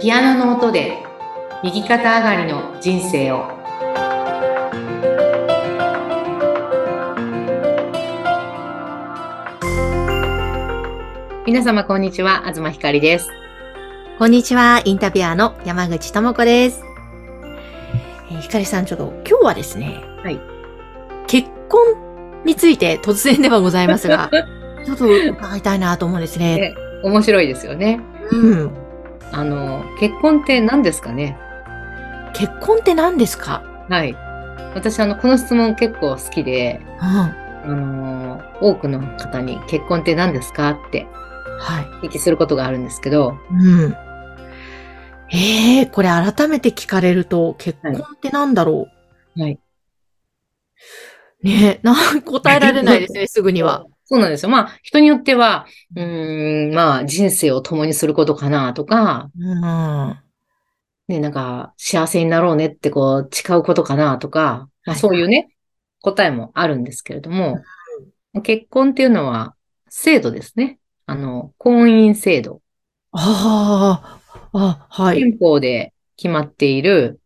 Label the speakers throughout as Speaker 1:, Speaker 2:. Speaker 1: ピアノの音で右肩上がりの人生を皆様こんにちは東ひかりです
Speaker 2: こんにちは、インタビュアーの山口智子です。えーひかりさん、ちょっと今日はですね、
Speaker 1: はい
Speaker 2: 結婚について突然ではございま すが、ちょっと伺いたいなと思うんですね。
Speaker 1: ね面白いですよね
Speaker 2: うん。
Speaker 1: あの結婚って何ですかね
Speaker 2: 結婚って何ですか
Speaker 1: はい私あのこの質問結構好きで
Speaker 2: うん。は
Speaker 1: あの多くの方に結婚って何ですかって
Speaker 2: い。
Speaker 1: お聞きすることがあるんですけど
Speaker 2: うん。ええー、これ改めて聞かれると、結婚って何だろう
Speaker 1: はい。
Speaker 2: ねえ、なん答えられな いですね、すぐには。
Speaker 1: そうなんですよ。まあ、人によっては、うーん、まあ、人生を共にすることかなとか、
Speaker 2: うん。
Speaker 1: ね、なんか、幸せになろうねってこう、誓うことかなとか、まあ、
Speaker 2: はい
Speaker 1: そういうね、答えもあるんですけれども、結婚っていうのは、制度ですね。あの、婚姻制度。
Speaker 2: ああ、あ、はい。
Speaker 1: 憲法で決まっている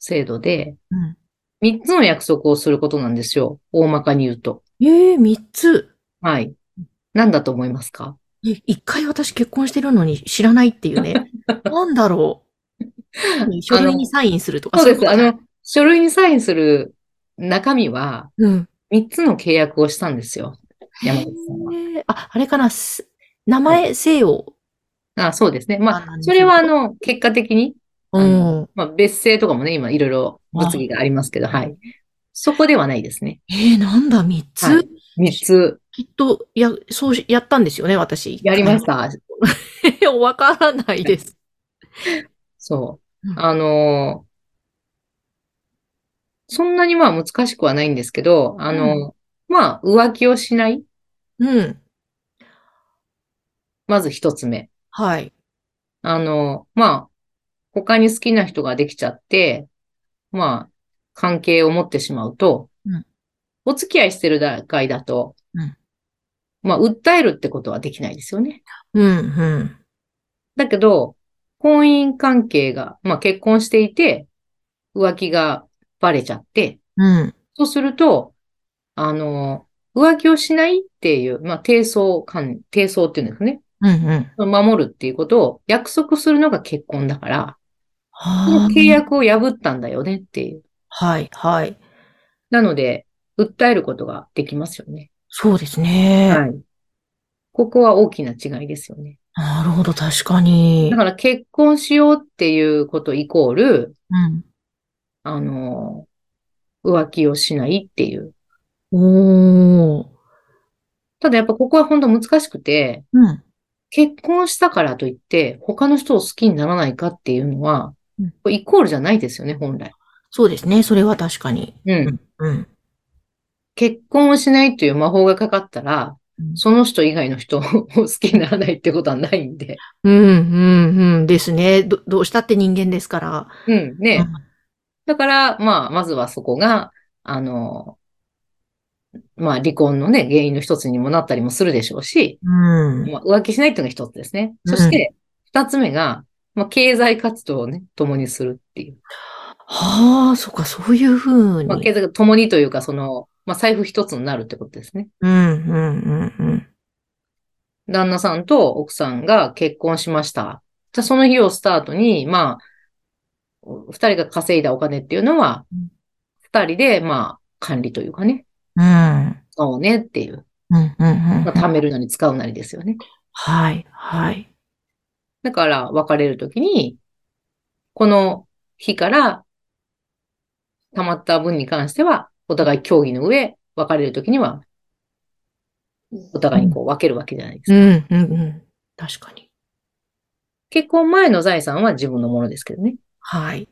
Speaker 1: 制度で、
Speaker 2: うん
Speaker 1: 三つの約束をすることなんですよ。大まかに言うと。
Speaker 2: ええー、三つ。
Speaker 1: はい。何だと思いますか
Speaker 2: え一回私結婚してるのに知らないっていう ね。なんだろう。書類にサインするとか。
Speaker 1: そうです。
Speaker 2: い
Speaker 1: あ
Speaker 2: こと
Speaker 1: の、書類にサインする中身は、
Speaker 2: うん。
Speaker 1: 3つの契約をしたんですよ。山口さんは。
Speaker 2: へーあ、あれかな。す名前、姓を。
Speaker 1: あそうですね。ま
Speaker 2: あ
Speaker 1: あ
Speaker 2: な、るほど
Speaker 1: それは、あの、結果的に、
Speaker 2: う
Speaker 1: の
Speaker 2: ん。
Speaker 1: まあ、別姓とかもね、今、いろいろ物議がありますけど、はい。そこではないですね。
Speaker 2: えー、なんだ、三つ、
Speaker 1: はい3つ
Speaker 2: きっと、や、そうし、やったんですよね、私。
Speaker 1: やりま し。た。
Speaker 2: わからないです。
Speaker 1: そう
Speaker 2: う。ん
Speaker 1: あのーそんなにまあ難しくはないんですけど、あのーまあ、浮気をしない。
Speaker 2: うん。
Speaker 1: まず一つ目。
Speaker 2: はい。
Speaker 1: あの、まあ、他に好きな人ができちゃって、まあ、関係を持ってしまうと、
Speaker 2: うん
Speaker 1: お付き合いしてる段階だと、
Speaker 2: うん
Speaker 1: まあ、訴えるってことはできないですよね。
Speaker 2: うん、うん。
Speaker 1: だけど、婚姻関係が、まあ、結婚していて、浮気がバレちゃって、
Speaker 2: うん。
Speaker 1: そうすると、あの、浮気をしないっていう、まあ、貞操感、貞操っていうんですかね。
Speaker 2: うん、うん。
Speaker 1: 守るっていうことを約束するのが結婚だから、そ
Speaker 2: は
Speaker 1: の
Speaker 2: あ
Speaker 1: 契約を破ったんだよねっていう。
Speaker 2: はい、はい。
Speaker 1: なので、訴えることができますよね。
Speaker 2: そうですね。
Speaker 1: い。ここは大きな違いですよね。
Speaker 2: なるほど、確かに
Speaker 1: だ。から結婚しようっていうことイコール、
Speaker 2: うん。
Speaker 1: あの、浮気をしないっていう。
Speaker 2: おー。
Speaker 1: ただやっぱここは本当難しくて、
Speaker 2: うん。
Speaker 1: 結婚したからといって他の人を好きにならないかっていうのは
Speaker 2: うん、
Speaker 1: これイコールじゃないですよね、本来。
Speaker 2: そうですね。それは確かに。
Speaker 1: うん。
Speaker 2: うん。
Speaker 1: 結婚をしないという魔法がかかったら
Speaker 2: う、ん
Speaker 1: その人以外の人を 好きにならないってことはないんで。
Speaker 2: うん、うん、うん。ですね。ど、どうしたって人間ですから。
Speaker 1: うん、ね。
Speaker 2: う
Speaker 1: だから、まあ、まずはそこが、あの、まあ、離婚のね、原因の一つにもなったりもするでしょうし、
Speaker 2: ん。うん
Speaker 1: まあ、浮気しないっていうのが一つですね。
Speaker 2: う
Speaker 1: そ
Speaker 2: ん
Speaker 1: して、二つ目が、まあ、経済活動をね、共にするっていう。
Speaker 2: はあ、そっか、そういうふう
Speaker 1: まあ、
Speaker 2: に。
Speaker 1: 経済が共にというか、その、まあ、財布一つになるってことですね。
Speaker 2: うん、うん、うん、うん。
Speaker 1: 旦那さんと奥さんが結婚しました。じゃあその日をスタートに、まあ、お二人が稼いだお金っていうのは
Speaker 2: うん、
Speaker 1: 二人で、まあ、管理というかね、
Speaker 2: うん。
Speaker 1: 使おうねっていう、
Speaker 2: うん、うん、うん。
Speaker 1: まあ、貯めるなり使うなりですよね。
Speaker 2: はい、はい。
Speaker 1: だから、別れるときに、この日から、貯まった分に関しては、お互い協議の上、別れるときには、お互いにこう分けるわけじゃないです
Speaker 2: う
Speaker 1: か。
Speaker 2: ん、うん、うん。確かに。
Speaker 1: 結婚前の財産は自分のものですけどね。
Speaker 2: はい。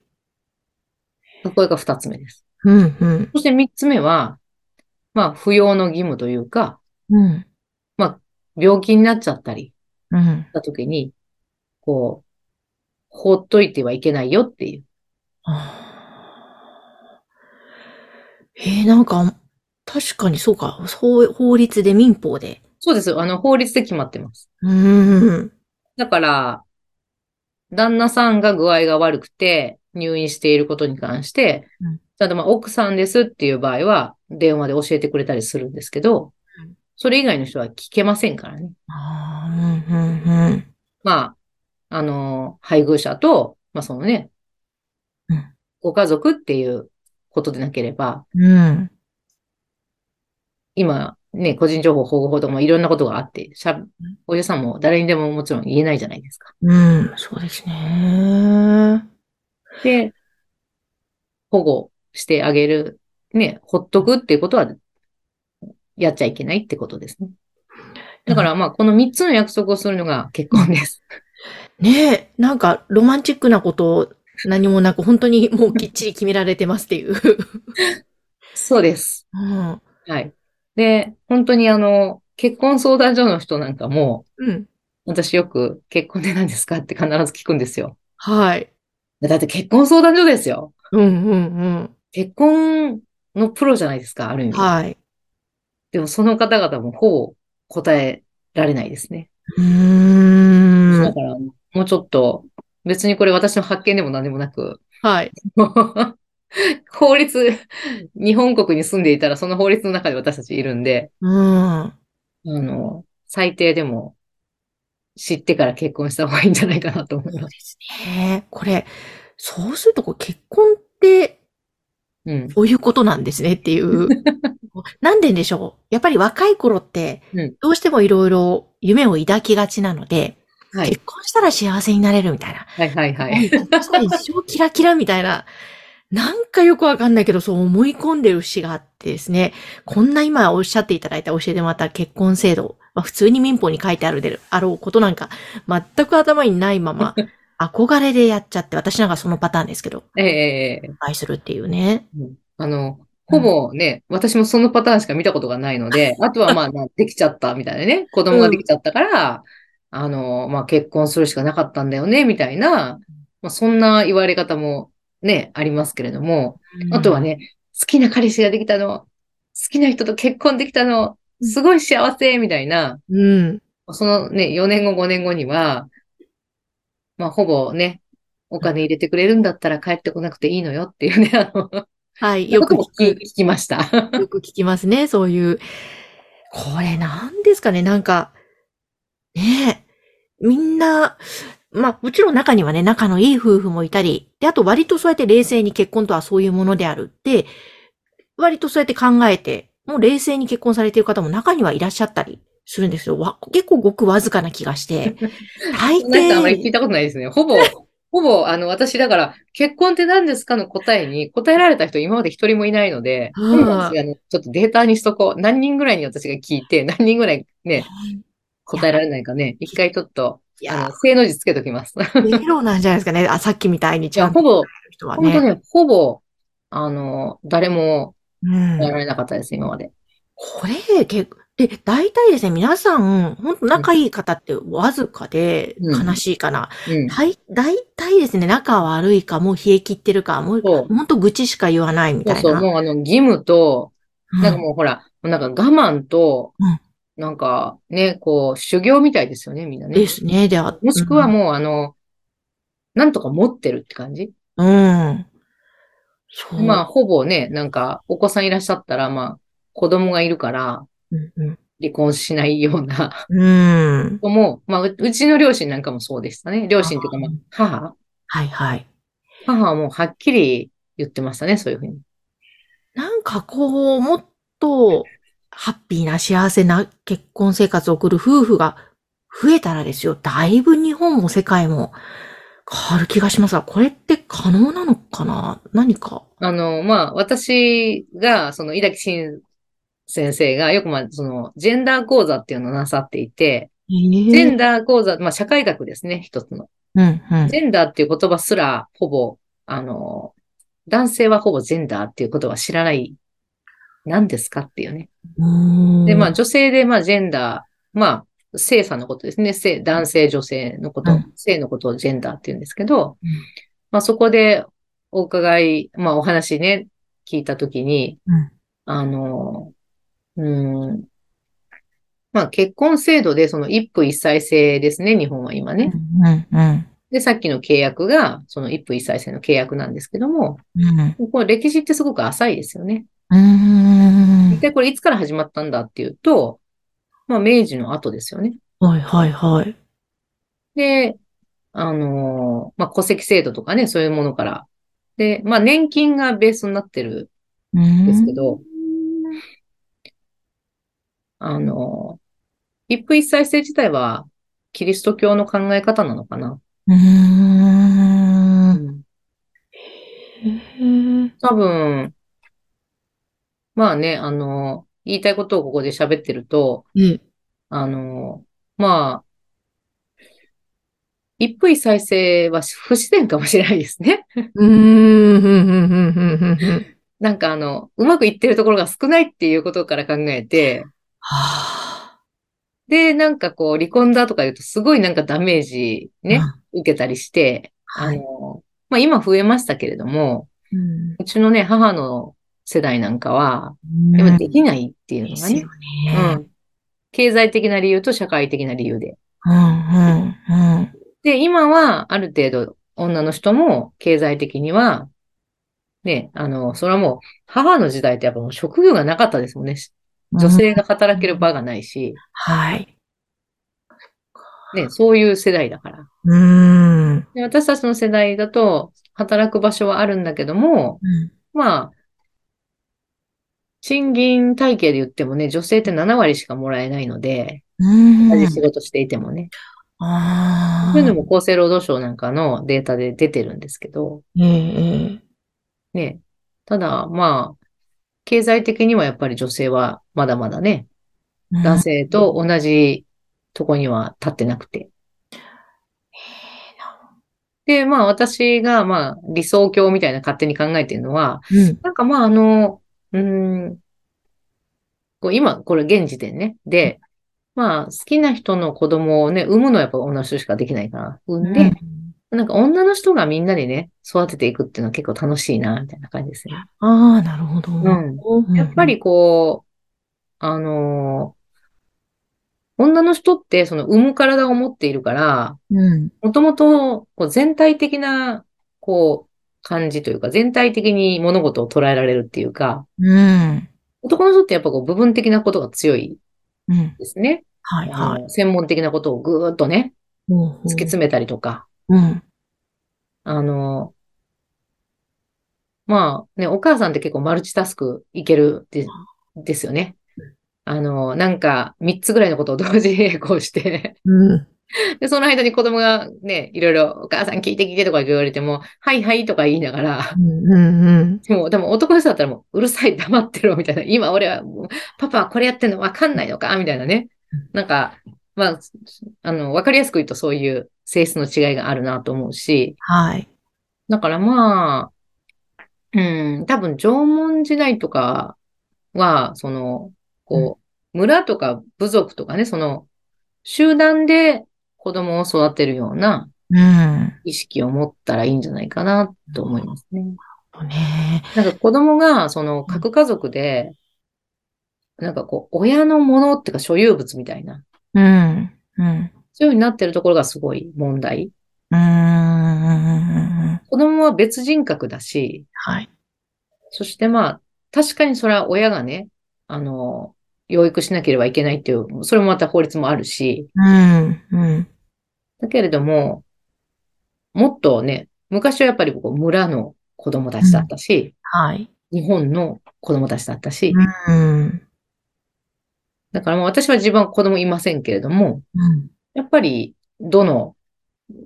Speaker 1: これが二つ目です。
Speaker 2: うん、うん、
Speaker 1: そして三つ目は、まあ、扶養の義務というか、
Speaker 2: うん、
Speaker 1: 病気になっちゃったり
Speaker 2: うん。
Speaker 1: した時に、こう、放っといてはいけないよっていう。
Speaker 2: あーえー、なんか、確かにそうか。法、法律で民法で。
Speaker 1: そうです。あの、法律で決まってます。
Speaker 2: うーん。
Speaker 1: だから、旦那さんが具合が悪くて入院していることに関して
Speaker 2: うん、
Speaker 1: ただまあ奥さんですっていう場合は電話で教えてくれたりするんですけど
Speaker 2: うん、
Speaker 1: それ以外の人は聞けませんからね。
Speaker 2: ああ、うん、うん、うん。
Speaker 1: まあ、あの、配偶者と、まあそのね
Speaker 2: うん、
Speaker 1: ご家族っていうことでなければ、
Speaker 2: うん。
Speaker 1: 今ね、個人情報保護法とかもいろんなことがあって、しゃお医者さんも誰にでももちろん言えないじゃないですか。
Speaker 2: うん、そうですね。
Speaker 1: で、保護してあげる、ね、ほっとくっていうことは、やっちゃいけないってことですね。だからまあ、この3つの約束をするのが結婚 です。
Speaker 2: ねえ、なんかロマンチックなこと何もなく、本当にもうきっちり決められてますっていう。
Speaker 1: そうです。
Speaker 2: うん。
Speaker 1: はい。で、本当にあの、結婚相談所の人なんかも、
Speaker 2: うん。
Speaker 1: 私よく結婚で何ですかって必ず聞くんですよ。
Speaker 2: はい。
Speaker 1: だって結婚相談所ですよ。
Speaker 2: うんうん
Speaker 1: 結婚のプロじゃないですか、ある意
Speaker 2: うん。
Speaker 1: 味。
Speaker 2: はい。
Speaker 1: でもその方々もほぼ答えられないですね。
Speaker 2: うー
Speaker 1: だ
Speaker 2: ん。
Speaker 1: から、もうちょっと、別にこれ私の発見でも何でもなく、
Speaker 2: はい。
Speaker 1: 法律、日本国に住んでいたらその法律の中で私たちいるんで、
Speaker 2: うん。
Speaker 1: あの、最低でも知ってから結婚した方がいいんじゃないかなと思います。
Speaker 2: へえ、これ、そうするとこう結婚って
Speaker 1: うん。
Speaker 2: こういうことなんですねっ ていう。なんででしょう。やっぱり若い頃って
Speaker 1: うん、
Speaker 2: どうしてもいろいろ夢を抱きがちなので、
Speaker 1: はい。
Speaker 2: 結婚したら幸せになれるみたいな。
Speaker 1: はいはいはい。
Speaker 2: 一生キラキラみたいな、なんかよくわかんないけど、そう思い込んでる節があってですね、こんな今おっしゃっていただいた教えてもらった結婚制度、まあ、普通に民法に書いてあるであろうことなんか、全く頭にないま ま、憧れでやっちゃって、私なんかそのパターンですけど、
Speaker 1: ええ
Speaker 2: 愛するっていうね。
Speaker 1: あの、ほぼね、私もそのパターンしか見たことがないので、あとはまあ、なできちゃったみたいなね、子供ができちゃったから、あの、まあ結婚するしかなかったんだよね、みたいな、まあそんな言われ方もね、ありますけれども、あとはね、好きな彼氏ができたの、好きな人と結婚できたの、すごい幸せ、みたいな、
Speaker 2: うん、
Speaker 1: そのね、4年後、5年後には、まあほぼね、お金入れてくれるんだったら帰ってこなくていいのよっていうね、あの、
Speaker 2: はい、よく聞く
Speaker 1: 聞き聞きました。
Speaker 2: よく聞きますね、そういう。これなんですかね、なんか、ねえ、みんな、まあもちろん中にはね、仲のいい夫婦もいたり、で、あと割とそうやって冷静に結婚とはそういうものであるって、割とそうやって考えて、もう冷静に結婚されている方も中にはいらっしゃったりするんですよ。わ結構ごくわずかな気が して。大
Speaker 1: なんかあまり聞い
Speaker 2: 抵、
Speaker 1: たことないですね。ほ ぼ、ほぼ、あの、私、だから、結婚って何ですかの答えに答えられた人、今まで一人もいないので、
Speaker 2: うん
Speaker 1: 今私あのちょっとデータにしとこう。何人ぐらいに私が聞いて、何人ぐらいね、答えられないかね。一回ちょっと、
Speaker 2: い
Speaker 1: あ
Speaker 2: や
Speaker 1: の、、正の字つけときます。
Speaker 2: メロなんじゃないですかね。あ、さっきみたいにちゃんと
Speaker 1: ほぼ、
Speaker 2: る人は
Speaker 1: 本当
Speaker 2: ね。
Speaker 1: ね、ほぼ、あの、誰も
Speaker 2: うん
Speaker 1: 答えられなかったです、今まで。
Speaker 2: これ、結構、で、大体ですね、皆さん、本当仲いい方ってわずかで
Speaker 1: うん
Speaker 2: 悲しいかな。
Speaker 1: うん。
Speaker 2: 大大体ですね、仲悪いか、もう冷え切ってるか、もう、
Speaker 1: そう。
Speaker 2: 本当愚痴しか言わないみ
Speaker 1: そう
Speaker 2: たい
Speaker 1: そう、
Speaker 2: な。
Speaker 1: もうあの、義務と、
Speaker 2: うん
Speaker 1: なんかもうほら、なんか我慢と
Speaker 2: うん、
Speaker 1: なんかね、こう、修行みたいですよね、みんなね
Speaker 2: で。すね、であ
Speaker 1: もしくはもう、あの、なんとか持ってるって感じ。
Speaker 2: うん。うん。そう。
Speaker 1: まあ、ほぼね、なんか、お子さんいらっしゃったら、まあ、子供がいるから、
Speaker 2: うんうん。
Speaker 1: 離婚しないような
Speaker 2: うん。
Speaker 1: 子も、まあ、ううちの両親なんかもそうでしたね。両親っていうか、まあ、母
Speaker 2: はいはい。
Speaker 1: 母はもうはっきり言ってましたね、そういうふうに。
Speaker 2: なんかこう、もっと、ハッピーな幸せな結婚生活を送る夫婦が増えたらですよ。だいぶ日本も世界も変わる気がしますが、これって可能なのかな何か。
Speaker 1: あの、まあ、私が、その、井崎慎先生が、よく、まあ、その、ジェンダー講座っていうのをなさっていて、
Speaker 2: ええ
Speaker 1: ジェンダー講座、まあ、社会学ですね、一つの。
Speaker 2: うん、うん。
Speaker 1: ジェンダーっていう言葉すら、ほぼ、あの、男性はほぼジェンダーっていうことは知らない、何ですかっていうね。
Speaker 2: うーん
Speaker 1: で、まあ、女性で、まあ、ジェンダー、まあ、性差のことですね。性、男性、女性のこと、
Speaker 2: うん
Speaker 1: 性のことをジェンダーって言うんですけど、
Speaker 2: うん
Speaker 1: まあ、そこでお伺い、まあ、お話ね、聞いたときに、
Speaker 2: うん
Speaker 1: あの、うん、まあ、結婚制度で、その一夫一妻制ですね、日本は今ね。
Speaker 2: うん、うん、
Speaker 1: で、さっきの契約が、その一夫一妻制の契約なんですけども、
Speaker 2: うん。
Speaker 1: この歴史ってすごく浅いですよね。
Speaker 2: うーん
Speaker 1: 一。体これいつから始まったんだっていうと、まあ明治の後ですよね。
Speaker 2: はいはいはい。
Speaker 1: で、あのーまあ戸籍制度とかね、そういうものから。で、まあ年金がベースになってる
Speaker 2: うんん
Speaker 1: ですけど、あのー一夫一妻制自体は、キリスト教の考え方なのかな。
Speaker 2: うーん。うん
Speaker 1: 多分、まあね、あのー言いたいことをここで喋ってると、
Speaker 2: うん。
Speaker 1: あの、まあ、一夫一妻制は不自然かもしれないですね。
Speaker 2: うーん。ふんふんふんふんふんふん
Speaker 1: なんかあの、うまくいってるところが少ないっていうことから考えて、
Speaker 2: はあ
Speaker 1: で、なんかこう、離婚だとか言うとすごいなんかダメージね、受けたりして、あ
Speaker 2: はい。
Speaker 1: の、まあ今増えましたけれども、
Speaker 2: うん
Speaker 1: うちのね、母の世代なんかは、やっぱ
Speaker 2: うん
Speaker 1: できないっていう
Speaker 2: で
Speaker 1: のが
Speaker 2: す
Speaker 1: ね
Speaker 2: よ、
Speaker 1: う
Speaker 2: ね。
Speaker 1: ん。経済的な理由と社会的な理由で。
Speaker 2: うん。うん。うん。
Speaker 1: で、今はある程度女の人も経済的には、ね、あの、それはもう母の時代ってやっぱもう職業がなかったですもんね。女性が働ける場がないし、
Speaker 2: はい。
Speaker 1: ね、そういう世代だから。
Speaker 2: うーん。うん
Speaker 1: で私たちの世代だと働く場所はあるんだけども、まあ、賃金体系で言ってもね、女性って7割しかもらえないので、
Speaker 2: うん
Speaker 1: 同じ仕事していてもね。
Speaker 2: ああ。
Speaker 1: そういうのも厚生労働省なんかのデータで出てるんですけど、
Speaker 2: ええ、
Speaker 1: ね。ただ、まあ、経済的にはやっぱり女性はまだまだね、
Speaker 2: ええ
Speaker 1: 男性と同じとこには立ってなくて。で、まあ私がまあ理想郷みたいな勝手に考えてるのは、
Speaker 2: うん。
Speaker 1: なんかまああの、うーん、こう今これ現時点ね。で、まあ好きな人の子供をね、産むのはやっぱ女の人しかできないから、産んで、なんか女の人がみんなでね、育てていくっていうのは結構楽しいな、みたいな感じですね。
Speaker 2: ああ、なるほど。うん
Speaker 1: やっぱ、りこう、あのー女の人ってその産む体を持っているから、
Speaker 2: うん。
Speaker 1: もともとこう全体的な、こう、感じというか、全体的に物事を捉えられるっていうか、
Speaker 2: うん。
Speaker 1: 男の人ってやっぱこう部分的なことが強い
Speaker 2: うん。
Speaker 1: ですね。
Speaker 2: はい
Speaker 1: あ
Speaker 2: はい。
Speaker 1: の専門的なことをぐーっとね、
Speaker 2: 突
Speaker 1: 突き詰めたりとか、
Speaker 2: め。うん。
Speaker 1: あのーまあね、お母さんって結構マルチタスクいけるでですよね。あのーなんか3つぐらいのことを同時並行して、
Speaker 2: うん。
Speaker 1: で、その間に子供がね、いろいろお母さん聞いて聞いてとか言われても、はいはいとか言いながら、
Speaker 2: うん。
Speaker 1: でも、でも男の人だったらもう、うるさい、黙ってろ、みたいな。今俺はもう、パパはこれやってんのわかんないのかみたいなね。なんか、まあ、あの、わかりやすく言うとそういう性質の違いがあるなと思うし、
Speaker 2: はい。
Speaker 1: だからまあ、うん、多分縄文時代とかは、その、こう、村とか部族とかね、その、集団で子供を育てるような
Speaker 2: うん。
Speaker 1: 意識を持ったらいいんじゃないかなと思いますね。
Speaker 2: ね
Speaker 1: なんか子供が、その、核家族で、なんかこう、親のものっていうか所有物みたいな、
Speaker 2: うん。うん。
Speaker 1: そういうふうになってるところがすごい問題。
Speaker 2: うん。
Speaker 1: 子供は別人格だし、
Speaker 2: はい。
Speaker 1: そしてまあ、確かにそれは親がね、あの、養育しなければいけないっていう、それもまた法律もあるし、
Speaker 2: うん。うん。
Speaker 1: だけれども、もっとね、昔はやっぱりこう村の子供たちだったし、
Speaker 2: はい。
Speaker 1: 日本の子供たちだったし、
Speaker 2: うん。
Speaker 1: だからもう私は自分は子供いませんけれども、
Speaker 2: うん。
Speaker 1: やっぱり、どの、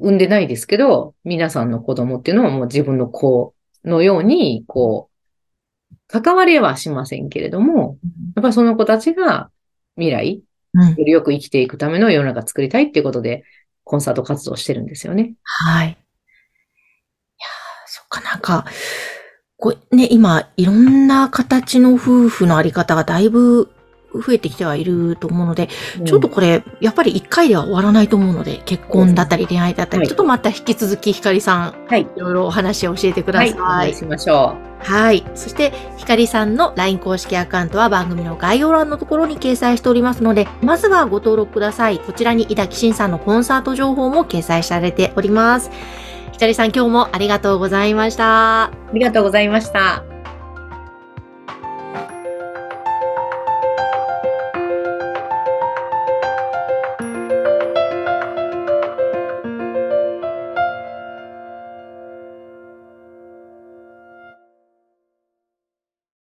Speaker 1: 産んでないですけど、皆さんの子供っていうのはもう自分の子のように、こう、関わりはしませんけれども、やっぱりその子たちが未来、
Speaker 2: うん。
Speaker 1: よりよく生きていくための世の中作りたいっていうことで、コンサート活動をしてるんですよね。
Speaker 2: はい。いやーそっかなんか、こうね、今、いろんな形の夫婦のあり方がだいぶ増えてきてはいると思うので、ちょっとこれ、やっぱり一回では終わらないと思うので、結婚だったり恋愛だったり、
Speaker 1: はい
Speaker 2: ちょっとまた引き続きひかりさん、
Speaker 1: はい
Speaker 2: ろいろお話を教えてくだ
Speaker 1: は
Speaker 2: さ
Speaker 1: い、
Speaker 2: い。
Speaker 1: お願いしましょ
Speaker 2: はい。そして、ひかりさんの LINE 公式アカウントは番組の概要欄のところに掲載しておりますので、まずはご登録ください。こちらに井田慎さんのコンサート情報も掲載されております。ひかりさん、今日もありがとうございました。
Speaker 1: う。ありがとうございました。